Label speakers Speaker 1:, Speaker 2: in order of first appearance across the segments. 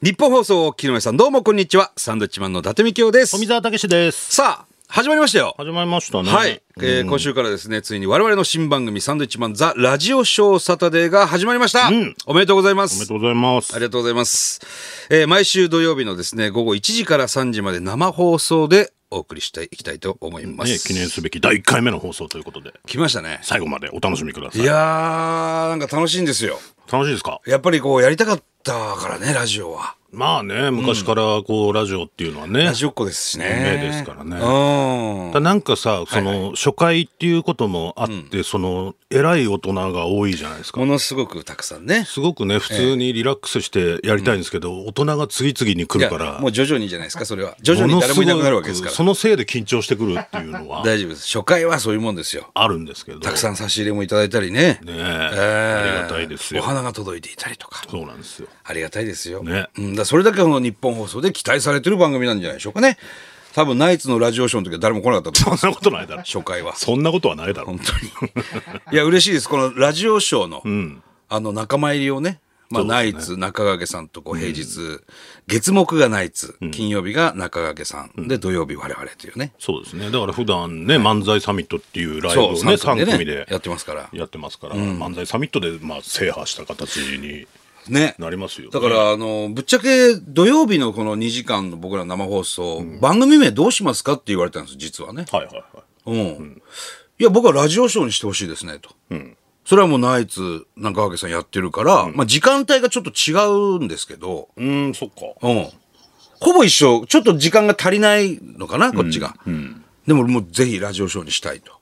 Speaker 1: 日本放送をお聞きの皆さんどうもこんにちはサンドウィッチマンの伊達美京です
Speaker 2: 富澤たけしです。
Speaker 1: さあ始まりましたよ
Speaker 2: 始まりましたね。
Speaker 1: はい、えー今週からですねついに我々の新番組「サンドウィッチマンザラジオショーサタデー」が始まりました、
Speaker 2: うん
Speaker 1: おめでとうございま
Speaker 2: おめですとうございます。
Speaker 1: ありがとうございます、えー毎週土曜日のですね午後1時から3時まで生放送でお送りしていきたいと思います、
Speaker 2: ね、記念すべき第1回目の放送ということで、
Speaker 1: 来ましたね
Speaker 2: 最後までお楽しみください。
Speaker 1: いやーなんか楽しいんですよ
Speaker 2: 楽しいですか
Speaker 1: やっぱりこうやりたかったからねラジオは
Speaker 2: まあね、昔からこう、ラジオっていうのはね
Speaker 1: ラ、ジオっ子ですし
Speaker 2: 有名
Speaker 1: ね
Speaker 2: ですからね
Speaker 1: うん
Speaker 2: だなんかさ、その、初回っていうこともあって、その、偉い大人が多いじゃないですか
Speaker 1: も。のすごくたくさんね
Speaker 2: すごくね、普通にリラックスしてやりたいんですけど、大人が次々に来
Speaker 1: い
Speaker 2: る
Speaker 1: や
Speaker 2: から、
Speaker 1: もう徐々にじゃないですかそれは徐々に誰もいなくなるわけですか
Speaker 2: ものすごくそ
Speaker 1: ら
Speaker 2: のせいで緊張してくるっていうのは
Speaker 1: 大丈夫です初回はそういうもんですよ
Speaker 2: あるんですけど。
Speaker 1: たくさん差し入れもいただいたりね
Speaker 2: ね、
Speaker 1: え
Speaker 2: ありがたいですよ
Speaker 1: お。花が届いていたりとか
Speaker 2: そうなんですよ。
Speaker 1: ありがたいですよ、
Speaker 2: ね
Speaker 1: うん、だからそれだけこの日本放送で期待されてる番組なんじゃないでしょうかね多分ナイツのラジオショーの時は誰も来なかったと思う
Speaker 2: そんなことない だろ。
Speaker 1: 初回は
Speaker 2: そんなことはないだろ
Speaker 1: 本。当にいや嬉しいですこのラジオショーの、
Speaker 2: ん
Speaker 1: あの仲間入りをねまあ、
Speaker 2: そうです
Speaker 1: ナ
Speaker 2: ね
Speaker 1: イツ中掛さんとこう平日、月木がナイツ、金曜日が中掛さん、で土曜日我々というね
Speaker 2: そうですね。だから普段ね、漫才サミットっていうライブをね、
Speaker 1: 三
Speaker 2: 3組で
Speaker 1: やってますから
Speaker 2: やってますから、漫才サミットでまあ制覇した形に
Speaker 1: ね
Speaker 2: なりますよね。
Speaker 1: だからあのぶっちゃけ土曜日のこの2時間の僕らの生放送、番組名どうしますかって言われたんです実はね、
Speaker 2: はいはいはい。
Speaker 1: うんいや僕はラジオショーにしてほしいですねと、それはもうナイツ中掛さんやってるから、まあ、時間帯がちょっと違うんですけど、
Speaker 2: うーん、そっか。
Speaker 1: うん。ほぼ一緒。ちょっと時間が足りないのかな、こっちが。でももうぜひラジオショーにしたいと。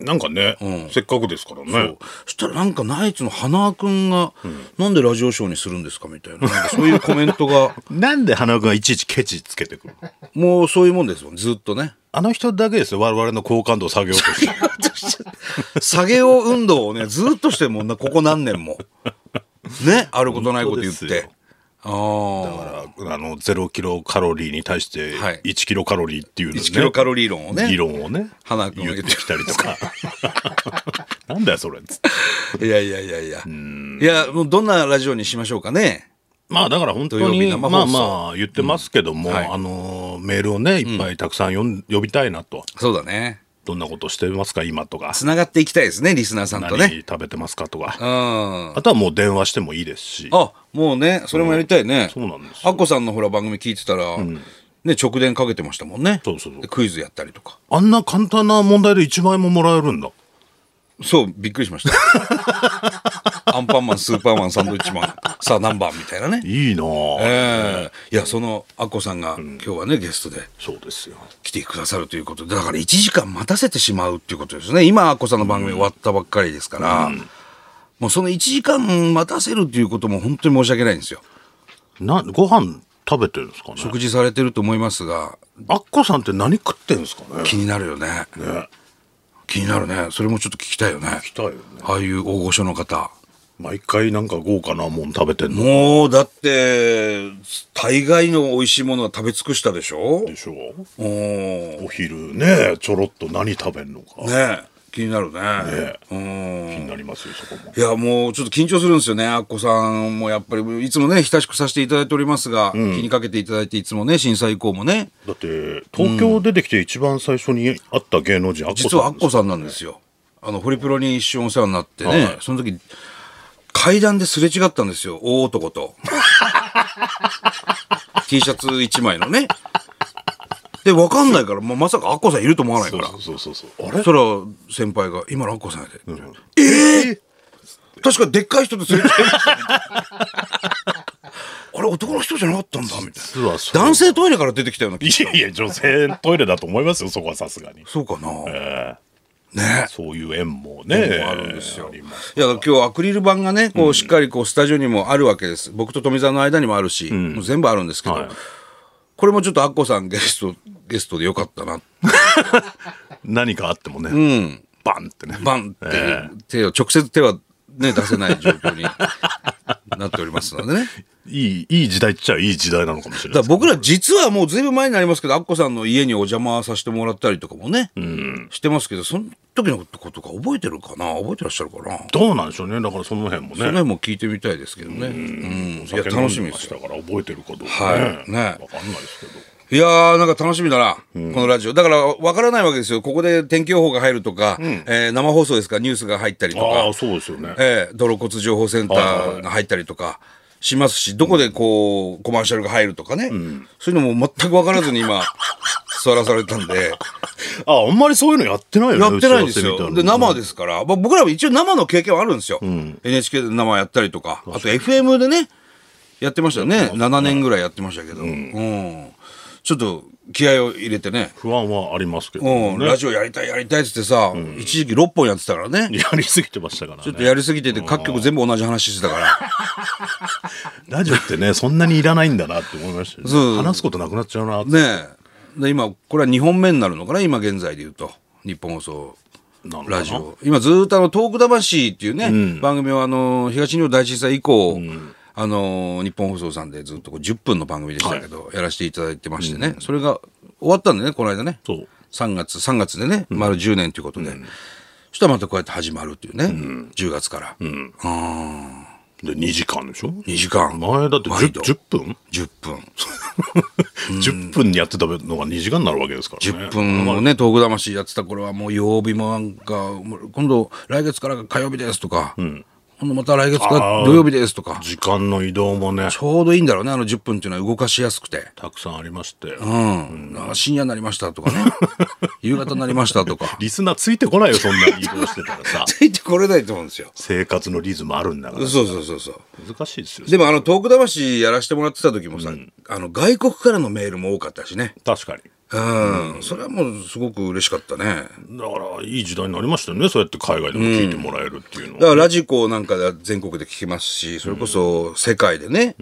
Speaker 2: なんかね、
Speaker 1: うん
Speaker 2: せっかくですからね。
Speaker 1: そしたらなんかナイツの花輪くんが、なんでラジオショーにするんですかみたいな。なんかそういうコメントが、
Speaker 2: なんで花輪君がいちいちケチつけてくるの
Speaker 1: もうそういうもんですもん、ずっとね。
Speaker 2: あの人だけですよ、我々の好感度を下げようとして。
Speaker 1: 下げよう運動をね、ずっとしてもんな、ここ何年も。ね、あることないこと言っ
Speaker 2: 本当です
Speaker 1: て
Speaker 2: よ。
Speaker 1: ああ。
Speaker 2: あの、0キロカロリーに対して
Speaker 1: はい、
Speaker 2: 1キロカロリーっていうのね
Speaker 1: 1キロカロリー論をね。
Speaker 2: 議論を ね、
Speaker 1: 花輪君が
Speaker 2: 言
Speaker 1: 言っ
Speaker 2: っ
Speaker 1: てて
Speaker 2: きたりと か。なんだよ、それ。つって
Speaker 1: いやいやいやいや。いや、もうどんなラジオにしましょうかね。
Speaker 2: まあだから本当
Speaker 1: 土曜日
Speaker 2: に
Speaker 1: 生放送
Speaker 2: まあまあ言ってますけども、
Speaker 1: うんはい
Speaker 2: あのーメールをねいっぱいたくさん呼ん呼びたいなと、
Speaker 1: そうだね。
Speaker 2: どんなことしてますか今とか、
Speaker 1: つながっていきたいですね、リスナーさんと
Speaker 2: 何
Speaker 1: ね。
Speaker 2: 食べてますかと
Speaker 1: う
Speaker 2: か、
Speaker 1: ん。
Speaker 2: あとはもう電話してもいいですし、
Speaker 1: あ、もうね、それもやりたいね。
Speaker 2: そうなんです
Speaker 1: ア
Speaker 2: よ
Speaker 1: ッコさんのほら番組聞いてたら、ね、直電かけてましたもんね。
Speaker 2: そうそうそう
Speaker 1: でクイズやったりとか。
Speaker 2: あんな簡単な問題で1万円ももらえるんだ。
Speaker 1: そう、びっくりしました。 アンパンマン、スーパーマン、サンドウィッチマン、さあ何番みたいなね。
Speaker 2: いいなあ、
Speaker 1: ええいや、そのアッコさんが今日はね、ゲストで
Speaker 2: そうですよ。
Speaker 1: 来てくださるということで、だから1時間待たせてしまうっていうことですね。今、アッコさんの番組終わったばっかりですから、もうその1時間待たせるということも本当に申し訳ないんですよ。
Speaker 2: なご飯食べてるんですかね
Speaker 1: 食事されてると思いますが、
Speaker 2: あっこさんって何食ってんですかね
Speaker 1: 気になるよね
Speaker 2: ね
Speaker 1: 気になるねそれもちょっと聞きたいよね
Speaker 2: 来たいよね。
Speaker 1: ああいう大御所の方
Speaker 2: 毎回なんか豪華なもん食べてんの
Speaker 1: もうだって大概の美味しいものは食べ尽くしたでしょ
Speaker 2: でしょう
Speaker 1: おー
Speaker 2: お昼ねちょろっと何食べんのか、
Speaker 1: ねえ気になるね
Speaker 2: 気になりますよそこも。
Speaker 1: うんいやもうちょっと緊張するんですよねアッコさんもやっぱりいつもね親しくさせていただいておりますが、気にかけていただいていつもね震災以降もね
Speaker 2: だって東京出てきて一番最初に会った芸能人、アッコ
Speaker 1: 実はアッコ
Speaker 2: ん
Speaker 1: さんなんですよあのホリプロに一瞬お世話になってね、
Speaker 2: はい
Speaker 1: その時階段ですれ違ったんですよ大男と T シャツ1枚のねで分かんないから、まあ、まさかアッコさんいると思わないから
Speaker 2: そうそうそうそうあ
Speaker 1: そ
Speaker 2: れ
Speaker 1: したら先輩が「今のアッコさんやで」
Speaker 2: ん
Speaker 1: ええ確かでっかい人とすれ違いましたみたいなあれ男の人じゃなかったんだみたい
Speaker 2: 実はそ
Speaker 1: な
Speaker 2: う
Speaker 1: 男性トイレから出てきたような気が
Speaker 2: いやいや女性トイレだと思いますよそこはさすがに、
Speaker 1: そうかな
Speaker 2: え
Speaker 1: ね
Speaker 2: ーそういう縁もね
Speaker 1: あるんですよ
Speaker 2: あります
Speaker 1: いや今日アクリル板がねこうしっかりこうスタジオにもあるわけです、僕と富澤の間にもあるし、もう全部あるんですけど、
Speaker 2: はい
Speaker 1: これもちょっとアッコさんゲストゲストでよかったな
Speaker 2: 何かあってもね、バンってね
Speaker 1: バンって、手を直接手はね出せない状況になっておりますの でね。
Speaker 2: いい、いい時代っちゃいい時代なのかもしれ
Speaker 1: だか
Speaker 2: な
Speaker 1: ら
Speaker 2: い。
Speaker 1: 僕ら実はもうずいぶん前になりますけど、アッコさんの家にお邪魔させてもらったりとかもね、してますけど、その時のこととか覚えてるかな覚えてらっしゃるかな、
Speaker 2: どうなんでしょうね。だからその辺も
Speaker 1: その
Speaker 2: ね。
Speaker 1: 辺も聞いてみたいですけどね。うん。いや、楽しみですよ。
Speaker 2: だから覚えてるかどうかね。
Speaker 1: はいね
Speaker 2: わかんないですけど。
Speaker 1: いやー、なんか楽しみだな、このラジオ。だから、わからないわけですよ。ここで天気予報が入るとか、えー生放送ですか、ニュースが入ったりと
Speaker 2: あ
Speaker 1: か
Speaker 2: あ、、そうですよね。
Speaker 1: えー、泥骨情報センターが入ったりとかしますし、どこでこう、コマーシャルが入るとかね、そういうのも全くわからずに今、座らされたん で、
Speaker 2: あ、あんまりそういうのやってないよね。
Speaker 1: やってないんです
Speaker 2: 打ち合わ
Speaker 1: よ。
Speaker 2: せみ
Speaker 1: で、
Speaker 2: たいなの
Speaker 1: 生ですから、まあ、僕らも一応生の経験はあるんですよ。NHK で生やったりとか、あと FM でね、やってましたよね。7年ぐらいやってましたけど、うんちょっと気合を入れてね。
Speaker 2: 不安はありますけど
Speaker 1: うん、
Speaker 2: ね。
Speaker 1: ラジオやりたいやりたいっつってさ、一時期6本やってたからね。
Speaker 2: やりすぎてましたから
Speaker 1: ちょっと
Speaker 2: ね。
Speaker 1: やりすぎてて、各局全部同じ話してたから。
Speaker 2: ラジオってね、そ んなにいらないんだなって思いましたよ
Speaker 1: そう
Speaker 2: ね。話すことなくなっちゃうなって。
Speaker 1: ねえ。で、今、これは2本目になるのかな今現在で言うと。日本放送。
Speaker 2: なのかな
Speaker 1: ラジ。オ。今ずーっとあの、トーク魂っていうね、番組をあの、東日本大震災以降、あの、日本放送さんでずっとこう10分の番組でしたけど、やらせていただいてましてね、それが終わったんでね、この間ね。
Speaker 2: そう。
Speaker 1: 3月、3月でね、丸10年ということで。そしたらまたこうやって始まるっていうね、10月から。
Speaker 2: で、2時間でしょ
Speaker 1: 2時間。
Speaker 2: 前だって
Speaker 1: 毎度
Speaker 2: 10, 10分
Speaker 1: 10分。
Speaker 2: ?10 分にやってたのが2時間になるわけですからね。
Speaker 1: 10分のね、トーク魂やってた頃はもう曜日もなんか、もう今度来月からが火曜日ですとか、今度また来月から土曜日ですとか。
Speaker 2: 時間の移動もね、
Speaker 1: ちょうどいいんだろうね、あの10分っていうのは動かしやすくて。
Speaker 2: たくさんありまして。
Speaker 1: うん。あ深夜になりましたとか ね。夕方になりましたとか。
Speaker 2: リスナーついてこないよ、そんな移動してた らさ。
Speaker 1: ついてこれないと思うんですよ。
Speaker 2: 生活のリズムあるんだから。
Speaker 1: そうそうそうそう。
Speaker 2: 難しいですよ。
Speaker 1: でもあの、トーク魂やらせてもらってた時もさ、あの、外国からのメールも多かったしね。
Speaker 2: 確かに。
Speaker 1: うん。それはもうすごく嬉しかったね。
Speaker 2: だから、いい時代になりましたよね。そうやって海外でも聞いてもらえるっていうの
Speaker 1: だ
Speaker 2: は。
Speaker 1: からラジコなんかでは全国で聞きますし、それこそ世界でね、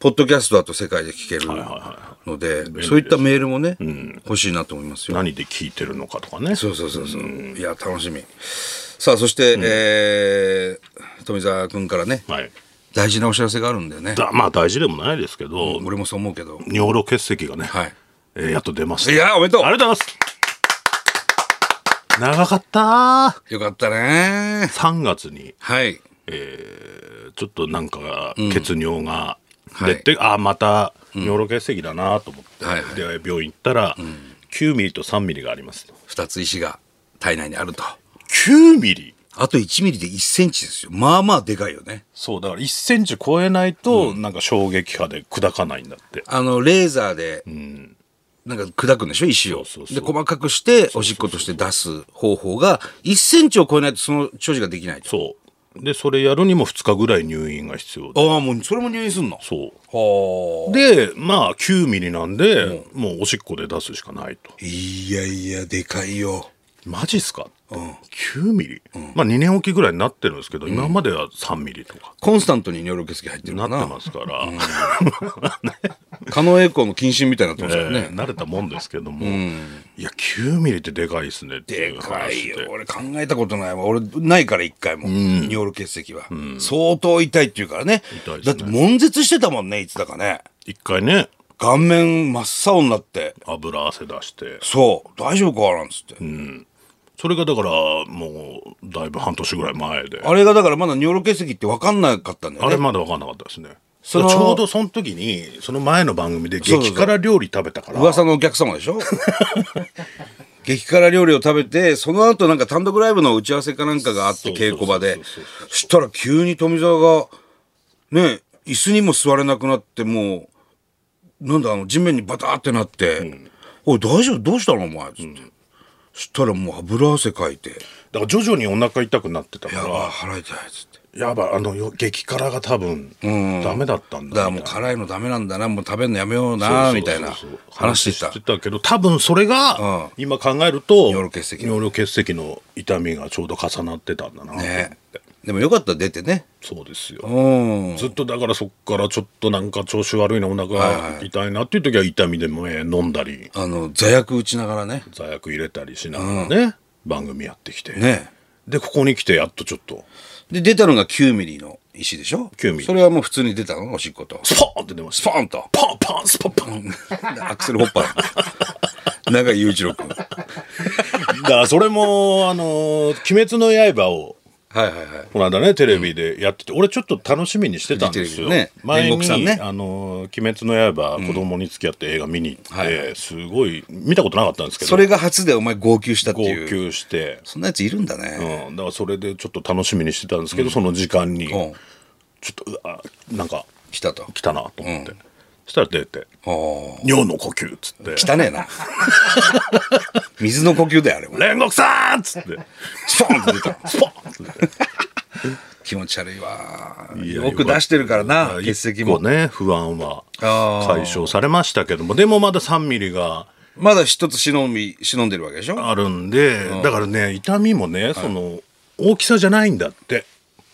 Speaker 1: ポッドキャストだと世界で聞ける
Speaker 2: はいはいは
Speaker 1: ので、そういったメールもね、欲しいなと思いますよ。
Speaker 2: 何で聞いてるのかとかね。
Speaker 1: そうそうそうそう。いや、楽しみ。さあ、そして、えー、富澤君からね、
Speaker 2: はい。
Speaker 1: 大事なお知らせがあるんだよね。
Speaker 2: だまあ、大事でもないですけど、
Speaker 1: 俺もそう思うけど。
Speaker 2: 尿路結石がね、
Speaker 1: はい。
Speaker 2: えーやっと出ました。
Speaker 1: いや、おめでと
Speaker 2: ありがとうございます。長かったー。
Speaker 1: うよかったね
Speaker 2: 3月に、
Speaker 1: はい。
Speaker 2: えーちょっとなんか血尿が
Speaker 1: はい
Speaker 2: 出て、ああまた尿路結石だなと思って、
Speaker 1: はいはい
Speaker 2: で病院行ったら、9ミリと3ミリがありますと
Speaker 1: 二つ石が体内にあると。
Speaker 2: 9ミリ
Speaker 1: あと1ミリで1センチですよ。まあまあでかいよね。
Speaker 2: そうだから1センチ超えないと、なんか衝撃波で砕かないんだって
Speaker 1: あの、レーザーで、なんか砕くんでしょ石を。
Speaker 2: そうそ
Speaker 1: で、
Speaker 2: う
Speaker 1: 細かくして、おしっことして出す方法が、1センチを超えないとその所持ができないと。
Speaker 2: そうでそれやるにも2日ぐらい入院が必要で
Speaker 1: ああ、もう、それも入院すんの
Speaker 2: そ
Speaker 1: は
Speaker 2: うでまあ9ミリなんで、もうおしっこで出すしかないと
Speaker 1: あ。いやいや、でかいよ。
Speaker 2: マジっすか、9ミリ、まあ2年おきぐらいになってるんですけど、今までは3ミリとか
Speaker 1: コンスタントに尿路結石入ってる
Speaker 2: な
Speaker 1: か
Speaker 2: って
Speaker 1: な。
Speaker 2: ますから、
Speaker 1: 狩野英孝の謹慎みたいになってますよ
Speaker 2: ね
Speaker 1: ね。
Speaker 2: 慣れたもんですけども、いや9ミリってでかいですねってい
Speaker 1: で
Speaker 2: う
Speaker 1: かい
Speaker 2: 話で
Speaker 1: よ。俺考えたことないわ。俺、ないから一回も。尿路結石は。相当痛いっていうからね。
Speaker 2: 痛いです
Speaker 1: だ
Speaker 2: ね
Speaker 1: って、悶絶してたもんね、いつだかね。
Speaker 2: 一回ね
Speaker 1: 顔面真っ青になって。
Speaker 2: 油汗出して
Speaker 1: そう、大丈夫かなんつって。
Speaker 2: それがだからもうだいぶ半年ぐらい前であ
Speaker 1: あれがだからまだ尿路結石って分かんなかったんだよ
Speaker 2: れ
Speaker 1: ね。
Speaker 2: まだ分かんなかったですねち
Speaker 1: その
Speaker 2: ょうどその時にその前の番組で
Speaker 1: そうそう
Speaker 2: 激辛料理食べたから
Speaker 1: 噂のお客様で しょ激辛料理を食べて、その後なんか単独ライブの打ち合わせかなんかがあって
Speaker 2: そうそうそう
Speaker 1: 稽古場で
Speaker 2: そうそうそ。
Speaker 1: そしたら急に富澤が、ね、椅子にも座れなくなって、もう、なんだ、あの、地面にバターってなって、おい、大丈夫どうしたのお前つって。そしたらもう油汗かいて、
Speaker 2: だから徐々にお腹痛くなってたか
Speaker 1: やばい、
Speaker 2: ら
Speaker 1: 腹痛い、つって。
Speaker 2: やばいあのよ激辛が多分ダメだったん
Speaker 1: だか
Speaker 2: だ
Speaker 1: らもう辛いのダメなんだな、もう食べるのやめような、みたいな
Speaker 2: そうそうそうそう
Speaker 1: 話してた
Speaker 2: 話。けど多分それが、
Speaker 1: うん
Speaker 2: 今考えると
Speaker 1: 尿路結石
Speaker 2: 尿路結石の痛みがちょうど重なってたんだなと思って、
Speaker 1: ねでもよかったら出てね。
Speaker 2: そうですよ
Speaker 1: うん。
Speaker 2: ずっとだからそっからちょっとなんか調子悪いなお腹痛いなっていう時は痛みでもえ飲んだり
Speaker 1: あの、座薬打ちながらね。
Speaker 2: 座薬入れたりしながらね、番組やってきて、
Speaker 1: ね。
Speaker 2: でここに来てやっとちょっと
Speaker 1: で、出たのが9ミリの石でしょ
Speaker 2: 9ミリ
Speaker 1: それはもう普通に出たのおしっこと。
Speaker 2: スポーンって出ま
Speaker 1: ス
Speaker 2: し
Speaker 1: ポーン と。
Speaker 2: た。パンパン、スポッパン。
Speaker 1: アクセルホッパ ー。長井雄一郎君。はい
Speaker 2: だからそれも、あのー鬼滅の刃を、
Speaker 1: はいはい。
Speaker 2: この間ね、テレビでやってて、俺ちょっと楽しみにしてたんですよ。
Speaker 1: フジテレビね
Speaker 2: 前
Speaker 1: 煉獄さん
Speaker 2: に、
Speaker 1: ね
Speaker 2: あのー鬼滅の刃、子供に付き合って映画見に行って、
Speaker 1: はい
Speaker 2: すごい、見たことなかったんですけど、
Speaker 1: それが初でお前号泣したって
Speaker 2: 号
Speaker 1: いう。
Speaker 2: 泣して、
Speaker 1: そんなやついるんだね。
Speaker 2: うん、だからそれでちょっと楽しみにしてたんですけど、その時間に、
Speaker 1: うん。
Speaker 2: ちょっとうわなんか
Speaker 1: 来たと。
Speaker 2: 来たなと思って、そしたら出て
Speaker 1: ああ。
Speaker 2: 「尿の呼吸」っつって
Speaker 1: 汚ねえな。 水の呼吸だよ、あれ
Speaker 2: 「
Speaker 1: も。
Speaker 2: 煉獄さん!」っつって
Speaker 1: スポーンって出た。
Speaker 2: スポンっつって
Speaker 1: 気持ち悪いわ。
Speaker 2: いや
Speaker 1: よく出してるからな、血
Speaker 2: 一
Speaker 1: 石
Speaker 2: 個
Speaker 1: も。
Speaker 2: ね不安は
Speaker 1: あー
Speaker 2: 解消されましたけどもでもまだ3ミリが
Speaker 1: まだ一つ忍び、忍んでるわけでしょあ
Speaker 2: あるんでだからね痛みもねその大きさじゃないんだって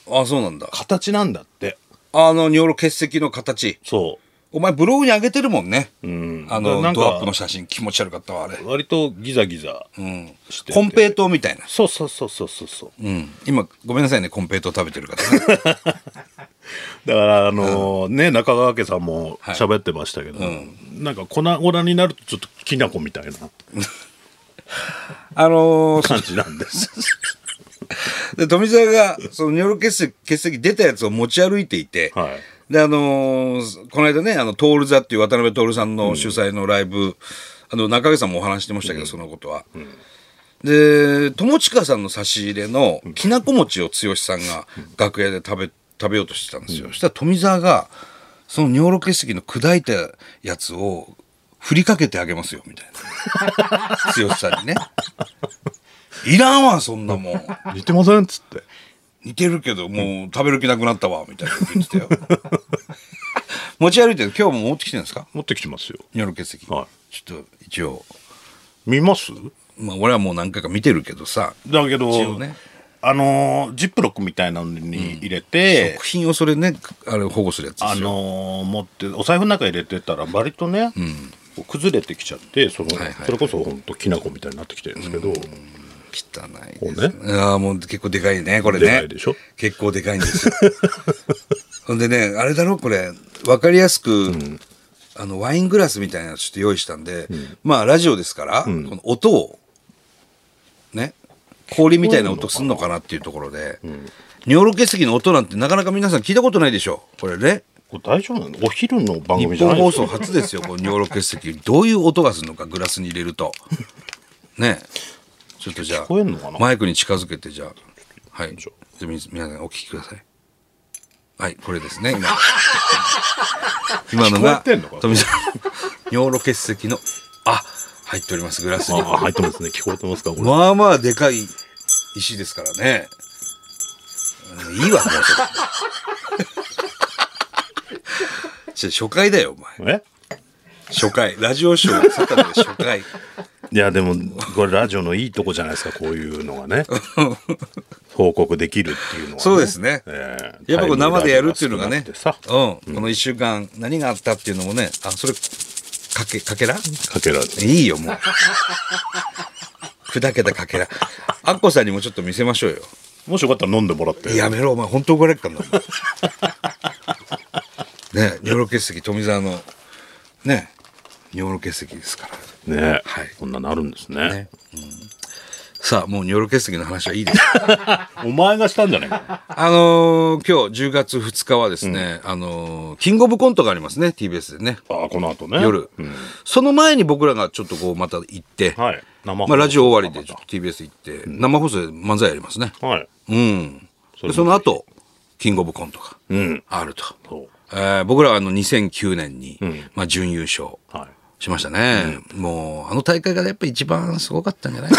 Speaker 1: あ、そうなんだ。
Speaker 2: 形なんだって
Speaker 1: あの、尿路結石の形。
Speaker 2: そ
Speaker 1: お前ブログに上げてるもんね。
Speaker 2: ん
Speaker 1: あの
Speaker 2: な、んか
Speaker 1: ドアップの写真気持ち悪かったわ、あれ
Speaker 2: う。割とギザギザ
Speaker 1: うん。
Speaker 2: してて
Speaker 1: コンペイトーみたいな。
Speaker 2: そうそうそうそうそうそう
Speaker 1: うん。今、ごめんなさいね、コンペイトー食べてる方ね。
Speaker 2: だからあのーね中川家さんも
Speaker 1: はい
Speaker 2: 喋ってましたけど、なんか粉々になるとちょっときな粉みたいな
Speaker 1: あのー
Speaker 2: 感じなんです
Speaker 1: で富澤が、その尿路結石、結石出たやつを持ち歩いていて、
Speaker 2: はい
Speaker 1: で、あのーこの間ね、あの、トール座っていう渡辺徹さんの主催のライブ、あの、中川さんもお話してましたけど、そのことは。で、友近さんの差し入れのきなこ餅を剛さんが楽屋で食べ、食べようとしてたんですよ。そしたら富澤が、その尿路結石の砕いたやつを振りかけてあげますよ、みたいな。剛さんに ね。いらんわ、そんなもん。
Speaker 2: 似てませんっつって
Speaker 1: 似てるけど、もう食べる気なくなったわ、みたいな言ってたよ。持ち歩いてる、今日も持ってきてるんですか
Speaker 2: 持ってきてますよ
Speaker 1: 尿路結石。
Speaker 2: は
Speaker 1: ちょっと、一応、
Speaker 2: 見ます
Speaker 1: まあ俺はもう何回か見てるけどさ、
Speaker 2: だけど、
Speaker 1: 応ね
Speaker 2: あのージップロックみたいなのに入れて、
Speaker 1: 食品をそれね、あれ保護するやつで
Speaker 2: あ
Speaker 1: すよ。
Speaker 2: のー持ってお財布の中入れてたら割とね、こう崩れてきちゃってその、
Speaker 1: いはいはい
Speaker 2: それこそ本当きな粉みたいになってきてるんですけど、
Speaker 1: 汚い
Speaker 2: こう
Speaker 1: です
Speaker 2: ね
Speaker 1: ね。ああ、もう結構でかいね、これね。
Speaker 2: でかいでしょ
Speaker 1: 結構でかいんですよ。 ほんでね、あれだろ、これ、わかりやすく、あの、ワイングラスみたいなのちょっと用意したんで、まあ、ラジオですから、この音を、ね、氷みたいな音すんのかなっていうところで、尿路結石の音なんてなかなか皆さん聞いたことないでしょ、これね。
Speaker 2: これ大丈夫なのお昼の番組
Speaker 1: 日
Speaker 2: じゃ
Speaker 1: 本
Speaker 2: ない
Speaker 1: 放
Speaker 2: です
Speaker 1: 送
Speaker 2: よ
Speaker 1: 初 ですよ、この尿路結石。どういう音がするのか、グラスに入れると。ね。ちょっとじゃ
Speaker 2: 聞こえんのかな
Speaker 1: あ、マイクに近づけて、じゃあ。はい。じ
Speaker 2: じ
Speaker 1: ゃあみ皆さんお聞きください。はい、これですね、 今。今の
Speaker 2: 聞こ
Speaker 1: が
Speaker 2: えてんのか、
Speaker 1: 富澤、尿路結石の、あ、入っております、グラスに。
Speaker 2: あ入ってますね聞こえてますかこれ
Speaker 1: まあまあでかい石ですからね。うんいいわ、もうちょっと。 じゃあ初回だよ、お前。
Speaker 2: え
Speaker 1: 初回ラジオショー サタデー初回
Speaker 2: いやでもこれラジオのいいとこじゃないですかこういうの がね報告できるっていうのは、ね、
Speaker 1: そうですね
Speaker 2: ええ
Speaker 1: やっぱこう生でやるっていうのがね
Speaker 2: タイムラグ少なくてさ
Speaker 1: うん、この1週間何があったっていうのもねあそれかけかけら
Speaker 2: かけられ
Speaker 1: いいよもう砕けたかけらアッコさんにもちょっと見せましょうよ
Speaker 2: もしよかったら飲んでもらって
Speaker 1: やめろお前本当怒られっかんなお前ね尿路結石富澤のね尿路結石ですから
Speaker 2: ね、
Speaker 1: はい
Speaker 2: こんななるんですね
Speaker 1: ねさあもう尿路結石の話はいいです
Speaker 2: お前がしたんじゃないか
Speaker 1: あのー今日10月2日はですね、あのーキングオブコントがありますね、TBS でね、
Speaker 2: あこの後ね
Speaker 1: 夜、その前に僕らがちょっとこう、また行って、
Speaker 2: はい生放送
Speaker 1: まあ、ラジオ終わりでちょっと TBS 行って、生放送で漫才やりますね。
Speaker 2: はい
Speaker 1: うん。
Speaker 2: そ
Speaker 1: そ
Speaker 2: れも
Speaker 1: その後、キングオブコントが
Speaker 2: うん
Speaker 1: あると。
Speaker 2: そう
Speaker 1: えー僕らはあの2009年に、まあ、準優勝
Speaker 2: はい
Speaker 1: しましたね、もう、あの大会がやっぱり一番すごかったんじゃない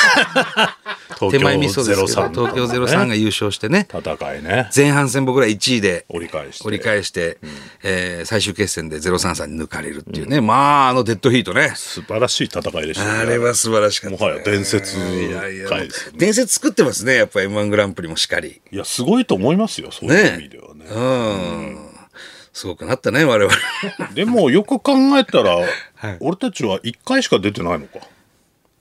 Speaker 2: 東
Speaker 1: 手前味噌ですけど、
Speaker 2: 03
Speaker 1: 東京03が優勝してね、
Speaker 2: 戦いね
Speaker 1: 前半戦僕ら1位で、
Speaker 2: 折り返して
Speaker 1: 折り返して、えー最終決戦で03さんに抜かれるっていうね、まああのデッドヒートね
Speaker 2: 素晴らしい戦いでしたね
Speaker 1: あれは素晴らしかった、ね、
Speaker 2: もはや伝説
Speaker 1: いやいや
Speaker 2: 回ですよね
Speaker 1: 伝説作ってますねやっぱ m 1グランプリもしかり
Speaker 2: いやすごいと思いますよそういう意味ではね
Speaker 1: うん、すごくなったね我々
Speaker 2: でもよく考えたら、俺たちは1回しか出てないのか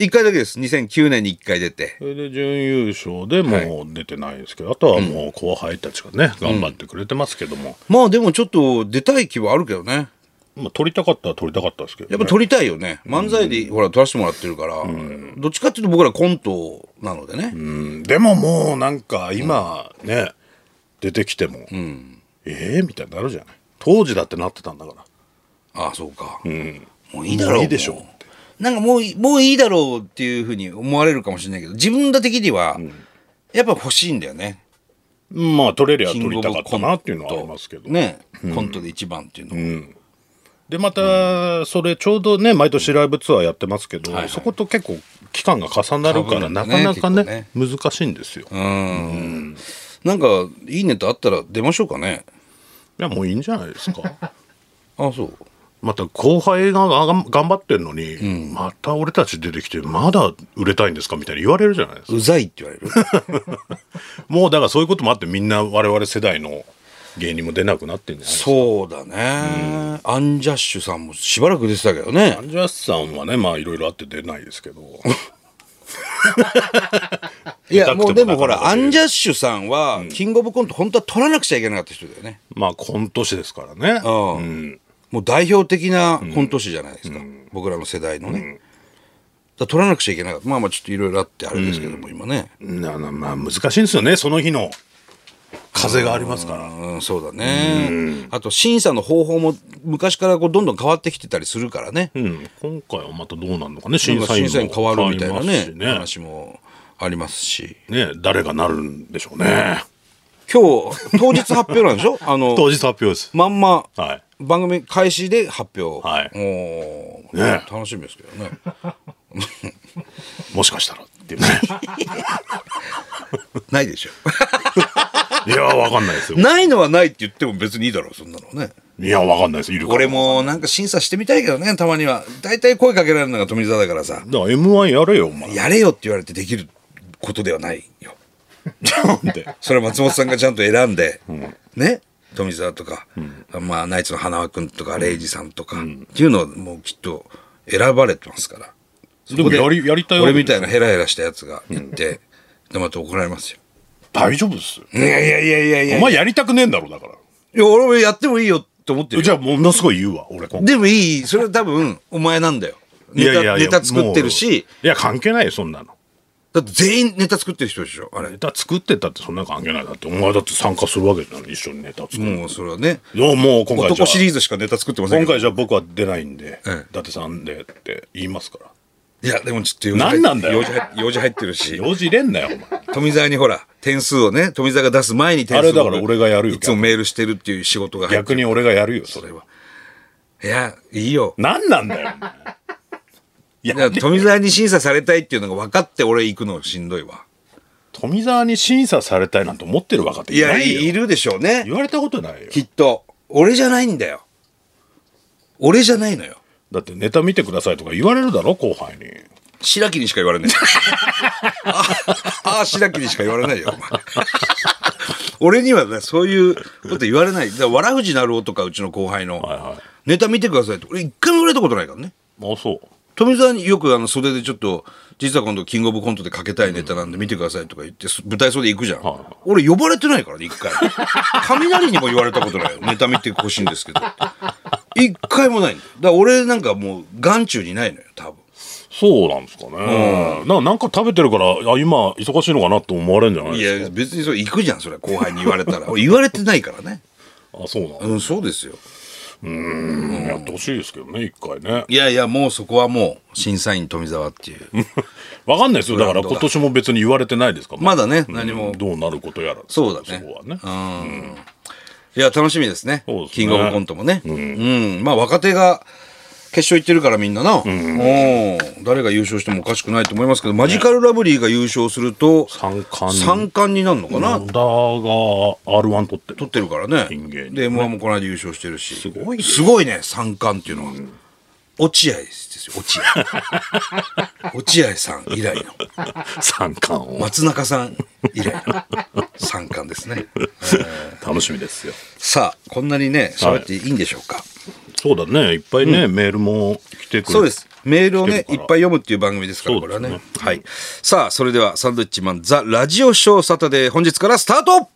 Speaker 1: 1回だけです2009年に1回出て
Speaker 2: それで準優勝でもう出てないですけど、あとはもう後輩たちがね、頑張ってくれてますけども、
Speaker 1: まあでもちょっと出たい気はあるけどね
Speaker 2: まあ、取りたかったら取りたかったですけど、ね、
Speaker 1: やっぱ撮りたいよね漫才でほら撮らせてもらってるから、どっちかっていうと僕らコントなのでね、
Speaker 2: うんでももうなんか今ね、出てきても、ええみたいになるじゃない当時だってなってたんだから
Speaker 1: ああそうか、もういいだろう
Speaker 2: もういいでしょう
Speaker 1: もうなんかもういもういいだろうっていうふうに思われるかもしれないけど自分ら的にはやっぱ欲しいんだよね、
Speaker 2: まあ取れりゃ
Speaker 1: キン
Speaker 2: 取
Speaker 1: グオ
Speaker 2: り
Speaker 1: ブ
Speaker 2: たかっ
Speaker 1: コ
Speaker 2: た
Speaker 1: ン
Speaker 2: な
Speaker 1: ト
Speaker 2: っていうのはありますけど、
Speaker 1: ね、コントで一番っていうのは、
Speaker 2: でまたそれちょうどね毎年ライブツアーやってますけど、
Speaker 1: はいはい
Speaker 2: そこと結構期間が重なるか
Speaker 1: 被
Speaker 2: ら
Speaker 1: るん
Speaker 2: な
Speaker 1: だ
Speaker 2: か
Speaker 1: ね
Speaker 2: なかね
Speaker 1: 結
Speaker 2: 難しいんですよ、い
Speaker 1: なんかいいネタあったら出ましょうかね
Speaker 2: やもういいんじゃないですか
Speaker 1: ああそう
Speaker 2: また後輩ががが頑張ってんのに、また俺たち出てきてまだ売れたいんですかみたいに言われるじゃないですか
Speaker 1: うざいって言わ れる
Speaker 2: もうだからそういうこともあってみんな我々世代の芸人も出なくなってんじゃないですか
Speaker 1: そうだね、アンジャッシュさんもしばらく出てたけどね
Speaker 2: アンジャッシュさんはねまあいろいろあって出ないですけど
Speaker 1: いやもうでもほ
Speaker 2: な
Speaker 1: ら
Speaker 2: かな
Speaker 1: ア
Speaker 2: か出る
Speaker 1: ンジャッシュさんは、キングオブコント本当は取らなくちゃいけなかった人だよね
Speaker 2: まあ今年ですからね
Speaker 1: うんもう代表的なコント師じゃないですか、僕らの世代のね、だから取らなくちゃいけなかったまあまあちょっといろいろあってあれですけども、今ね
Speaker 2: ななまあ難しいんですよねその日の風がありますから
Speaker 1: うんそうだね、あと審査の方法も昔からこうどんどん変わってきてたりするからね、
Speaker 2: うん今回はまたどうなんのかね
Speaker 1: なん
Speaker 2: 審
Speaker 1: か
Speaker 2: 査員
Speaker 1: 審査員
Speaker 2: も
Speaker 1: 変わるみたいな
Speaker 2: 変わ
Speaker 1: ね
Speaker 2: ります
Speaker 1: 話
Speaker 2: し
Speaker 1: もありますし
Speaker 2: ねね誰がなるんでしょうね
Speaker 1: 今日当日発表なんで しょあの
Speaker 2: 当日発表です
Speaker 1: まんま
Speaker 2: はい
Speaker 1: 番組開始で発表、
Speaker 2: はい
Speaker 1: おー
Speaker 2: ね
Speaker 1: 楽しみですけどね
Speaker 2: もしかしたらっていうね
Speaker 1: ないでしょ
Speaker 2: いやわかんないです よ
Speaker 1: ないのはないって言っても別にいいだろうそんなのね
Speaker 2: いやわかんないですいるから
Speaker 1: 俺もなんか審査してみたいけどねたまには大体声かけられるのが富澤だからさ
Speaker 2: だから m 1やれよお前
Speaker 1: やれよって言われてできることではないよ
Speaker 2: って
Speaker 1: それは松本さんがちゃんと選んで、ね富澤とか、まあナイツの花輪君とか礼二さんとか、っていうのをもうきっと選ばれてますからそ
Speaker 2: でもやりやりたいわ
Speaker 1: 俺
Speaker 2: け
Speaker 1: みたいなヘラヘラしたやつが行って、でまた怒られますよ
Speaker 2: 大丈夫ですよ
Speaker 1: いやいやいやいやいや
Speaker 2: お前やりたくねえんだろだか
Speaker 1: いや俺もやってもいいよって思って
Speaker 2: ら
Speaker 1: る
Speaker 2: じ
Speaker 1: よ
Speaker 2: ゃあものすごい言うわ俺今回
Speaker 1: でもいいそれは多分お前なんだよネ
Speaker 2: い
Speaker 1: タ
Speaker 2: やいやいや
Speaker 1: ネタ作ってるし
Speaker 2: もういや関係ないよそんなの
Speaker 1: だって全員ネタ作ってる人でしょあれ
Speaker 2: ネタ作ってたってそんな関係ないだってお前だって参加するわけじゃない一緒にネタ作る
Speaker 1: もうそれはね
Speaker 2: どうも今回じゃ
Speaker 1: 男
Speaker 2: あ
Speaker 1: シリーズしかネタ作ってません
Speaker 2: 今
Speaker 1: けど
Speaker 2: 回じゃあ僕は出ないんで、
Speaker 1: ええ
Speaker 2: 伊達さんでって言いますから
Speaker 1: いやでもちょっと用事
Speaker 2: 何なんだよ
Speaker 1: 用事入用事入ってるし
Speaker 2: 用事入れんなよお前
Speaker 1: 富澤にほら点数をね富澤が出す前に点数を
Speaker 2: あれだから俺がやるよ
Speaker 1: いつもメールしてるっていう仕事が入って
Speaker 2: 逆
Speaker 1: る
Speaker 2: に俺がやるよそれはい
Speaker 1: やいいよ
Speaker 2: 何なんだよお前
Speaker 1: い
Speaker 2: い
Speaker 1: や
Speaker 2: や
Speaker 1: 富澤に審査されたいっていうのが分かって俺行くのしんどいわ
Speaker 2: 富澤に審査されたいなんて思ってる若手
Speaker 1: い
Speaker 2: い
Speaker 1: や
Speaker 2: ないよ
Speaker 1: いるでしょうね
Speaker 2: 言われたことないよ
Speaker 1: きっと俺じゃないんだよ俺じゃないのよ
Speaker 2: だってネタ見てくださいとか言われるだろ後輩に
Speaker 1: 白木にしか言われないああ白木にしか言われないよお前俺にはねそういうこと言われないだからわらふじなるおとかうちの後輩の、
Speaker 2: はいはい
Speaker 1: ネタ見てくださいって俺一回も言われたことないからね
Speaker 2: あそう
Speaker 1: 富澤によくあの袖でちょっと実は今度キングオブコントでかけたいネタなんで見てくださいとか言ってす舞台袖行くじゃん、
Speaker 2: はい
Speaker 1: 俺呼ばれてないからね一回雷にも言われたことないよネタ見てほしいんですけどって一回もないんだよだから俺なんかもう眼中にないのよ多分
Speaker 2: そうなんですかね、ななんか食べてるからあ今忙しいのかなと思われるんじゃない
Speaker 1: い
Speaker 2: です
Speaker 1: や別にそれ行くじゃんそれは後輩に言われたら 俺言われてないからね
Speaker 2: かあそうなんだ
Speaker 1: うんそうですよ
Speaker 2: やってほしいですけどね一回ね
Speaker 1: いやいやもうそこはもう審査員富澤っていう
Speaker 2: わかんないですよだから
Speaker 1: ブランドだ
Speaker 2: 今年も別に言われてないですから
Speaker 1: まだね何も、
Speaker 2: うんどうなることやら
Speaker 1: そうだね
Speaker 2: そこはね
Speaker 1: いや楽しみですね
Speaker 2: そうですね
Speaker 1: キングオブコントもねうん、まあ若手が決勝行ってるからみんなな、おー誰が優勝してもおかしくないと思いますけどマジカルラブリーが優勝すると
Speaker 2: 三冠
Speaker 1: 三冠になるのかな、
Speaker 2: 野田が r 1取って
Speaker 1: 取
Speaker 2: る
Speaker 1: ってるからね
Speaker 2: ピン芸人
Speaker 1: で m 1もこの間優勝してるしす
Speaker 2: ごいね
Speaker 1: すごいね三冠っていうのは、落合ですよ落 合落合さん以来の
Speaker 2: 三冠を
Speaker 1: 松中さん以来 の三冠ですね
Speaker 2: 楽しみですよ
Speaker 1: さあこんなにね喋っていいんでしょうか、
Speaker 2: そうだねいっぱいね、メールも来てくれ
Speaker 1: そうです。メールをね
Speaker 2: 来、て
Speaker 1: いっ
Speaker 2: るから
Speaker 1: ぱい読むっていう番組ですから、
Speaker 2: そう
Speaker 1: こ
Speaker 2: で
Speaker 1: れは
Speaker 2: すね
Speaker 1: ね。はい。さあ、それでは、サンドウィッチマン、ザ・ラジオショーサタデー、本日からスタート